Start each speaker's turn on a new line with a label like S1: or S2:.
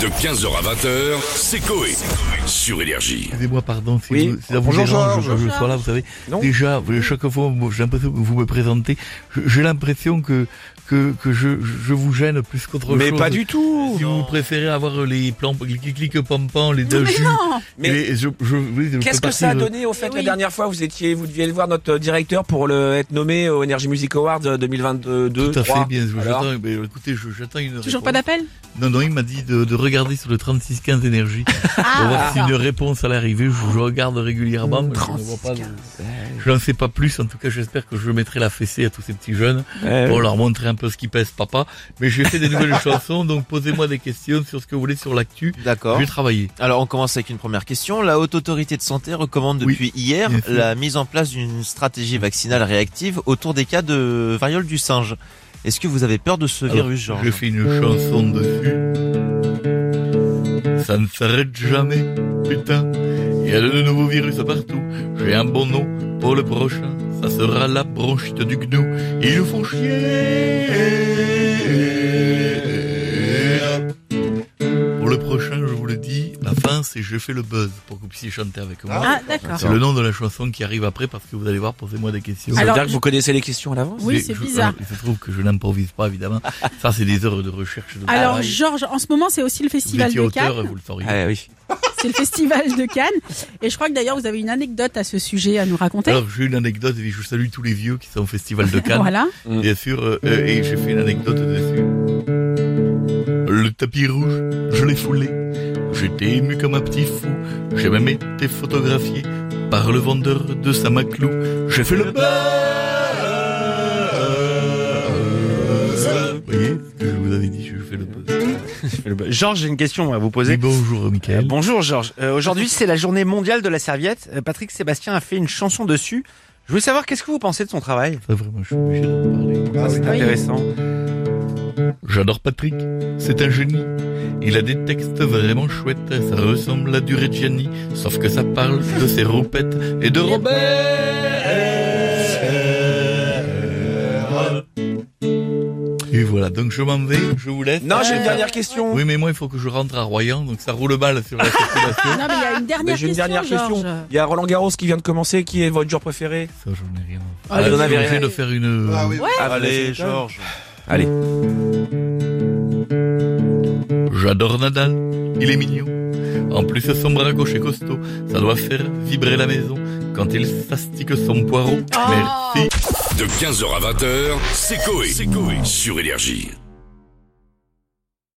S1: De 15h à 20h, c'est Coé. Sur Énergie.
S2: Excusez-moi, pardon, si,
S3: Oui.
S2: vous, si ça vous
S3: Bonjour,
S2: dérange,
S3: Georges.
S2: je, je sois là, vous savez.
S3: Non.
S2: Déjà, euh, chaque fois, moi, j'ai l'impression que vous me présentez, je- j'ai l'impression que, que, que je, je vous gêne plus qu'autre chose.
S3: Mais pas du tout
S2: Si vous préférez avoir les plans, les clics pompants, les deux
S4: Mais
S2: jus,
S4: non
S2: et les- je, je, oui, je
S3: Qu'est-ce
S2: fais
S3: que ça a
S2: partie de-
S3: donné au fait
S4: Eh
S3: la
S4: oui.
S3: dernière fois vous étiez vous deviez aller voir notre euh, directeur pour le être nommé au Energy Music Awards euh, 2022
S2: Tout à
S3: 3.
S2: fait, bien. je-
S3: Alors
S2: J'attends, ben, écoutez, je- j'attends une
S4: Toujours
S2: réponse.
S4: pas d'appel
S2: Non, non, il m'a dit de, de regarder sur le 3615 énergie
S4: Ah,
S3: Ah.
S2: pour voir si une réponse à l'arrivée. Je, je regarde régulièrement. mais je ne vois pas de- Je n'en sais pas plus. En tout cas, j'espère que je mettrai la fessée à tous ces petits jeunes
S3: Eh
S2: pour
S3: oui.
S2: leur montrer un peu ce qui pèse papa. Mais j'ai fait des nouvelles chansons, donc posez-moi des questions sur ce que vous voulez sur l'actu.
S5: D'accord.
S2: J'ai travaillé.
S5: Alors on commence avec une première question. La Haute Autorité de Santé recommande
S2: Oui.
S5: depuis hier
S2: Bien sûr.
S5: la mise en place d'une stratégie vaccinale réactive autour des cas de variole du singe. Est-ce que vous avez peur de ce
S2: Alors,
S5: virus,
S2: Je
S5: Georges
S2: fais une chanson dessus. Ça ne s'arrête jamais, putain. Il y a de nouveaux virus partout. J'ai un bon nom pour le prochain. Ça sera la bronchite du gnou. Ils nous font chier. Pour le prochain, je vous le dis, la fin, c'est je fais le buzz pour que vous puissiez chanter avec moi.
S4: Ah, d'accord.
S2: C'est le nom de la chanson qui arrive après parce que vous allez voir, posez-moi des questions.
S3: Ça veut
S4: Alors,
S3: dire que
S4: je-
S3: vous connaissez les questions à l'avance
S4: Oui,
S2: Mais
S4: c'est
S2: je-
S4: bizarre.
S2: alors, il se trouve que je n'improvise pas, évidemment. Ça, c'est des heures de recherche. De
S4: Alors,
S2: travail.
S4: Georges, en ce moment, c'est aussi le
S2: vous
S4: festival
S2: étiez
S4: de
S2: auteur,
S4: Cannes.
S2: vous le sauriez.
S3: Ah oui.
S4: C'est le festival de Cannes. Et je crois que d'ailleurs, vous avez une anecdote à ce sujet à nous raconter.
S2: Alors, j'ai une anecdote, et je salue tous les vieux qui sont au Festival de Cannes,
S4: Voilà.
S2: bien sûr, euh, euh, et j'ai fait une anecdote dessus. Le tapis rouge, je l'ai foulé. J'étais ému comme un petit fou. J'ai même été photographié par le vendeur de Samaclou. J'ai fait le buzz. Vous voyez ce que je vous avais dit, je fais le buzz.
S6: Georges, j'ai une question à vous
S2: Oui,
S6: poser.
S2: bonjour,
S6: Euh,
S2: Michael.
S6: bonjour Georges. Euh, Aujourd'hui, c'est la journée mondiale de la serviette. Euh, Patrick Sébastien a fait une chanson dessus. Je voulais savoir qu'est-ce que vous pensez de son travail.
S2: Ça, vraiment, je suis obligé d'en parler.
S6: Ah, c'est intéressant.
S2: J'adore Patrick, c'est un génie. Il a des textes vraiment chouettes, ça ressemble à du Reggiani, sauf que ça parle de ses roupettes et de Robert. Et voilà, donc je m'en vais, je vous laisse.
S3: Non, j'ai
S4: Euh,
S3: une dernière question.
S2: Oui, mais moi, il faut que je rentre à Royan, donc ça roule mal sur la circulation.
S4: Non, mais il y a une
S3: Mais
S4: dernière
S3: J'ai une dernière question.
S4: Georges.
S3: Il y a Roland Garros qui vient de commencer. Qui est votre joueur préféré
S2: Ça, j'en ai rien à
S3: Ah,
S2: faire.
S3: vous en
S2: Je
S3: avez
S2: suis
S3: rien.
S2: obligé de faire une...
S5: Allez, Georges.
S2: J'adore Nadal, il est mignon. En plus, son bras gauche est costaud. Ça doit faire vibrer la maison quand il s'astique son poireau. Merci.
S1: De 15h à 20h, c'est Coé. Sur Énergie.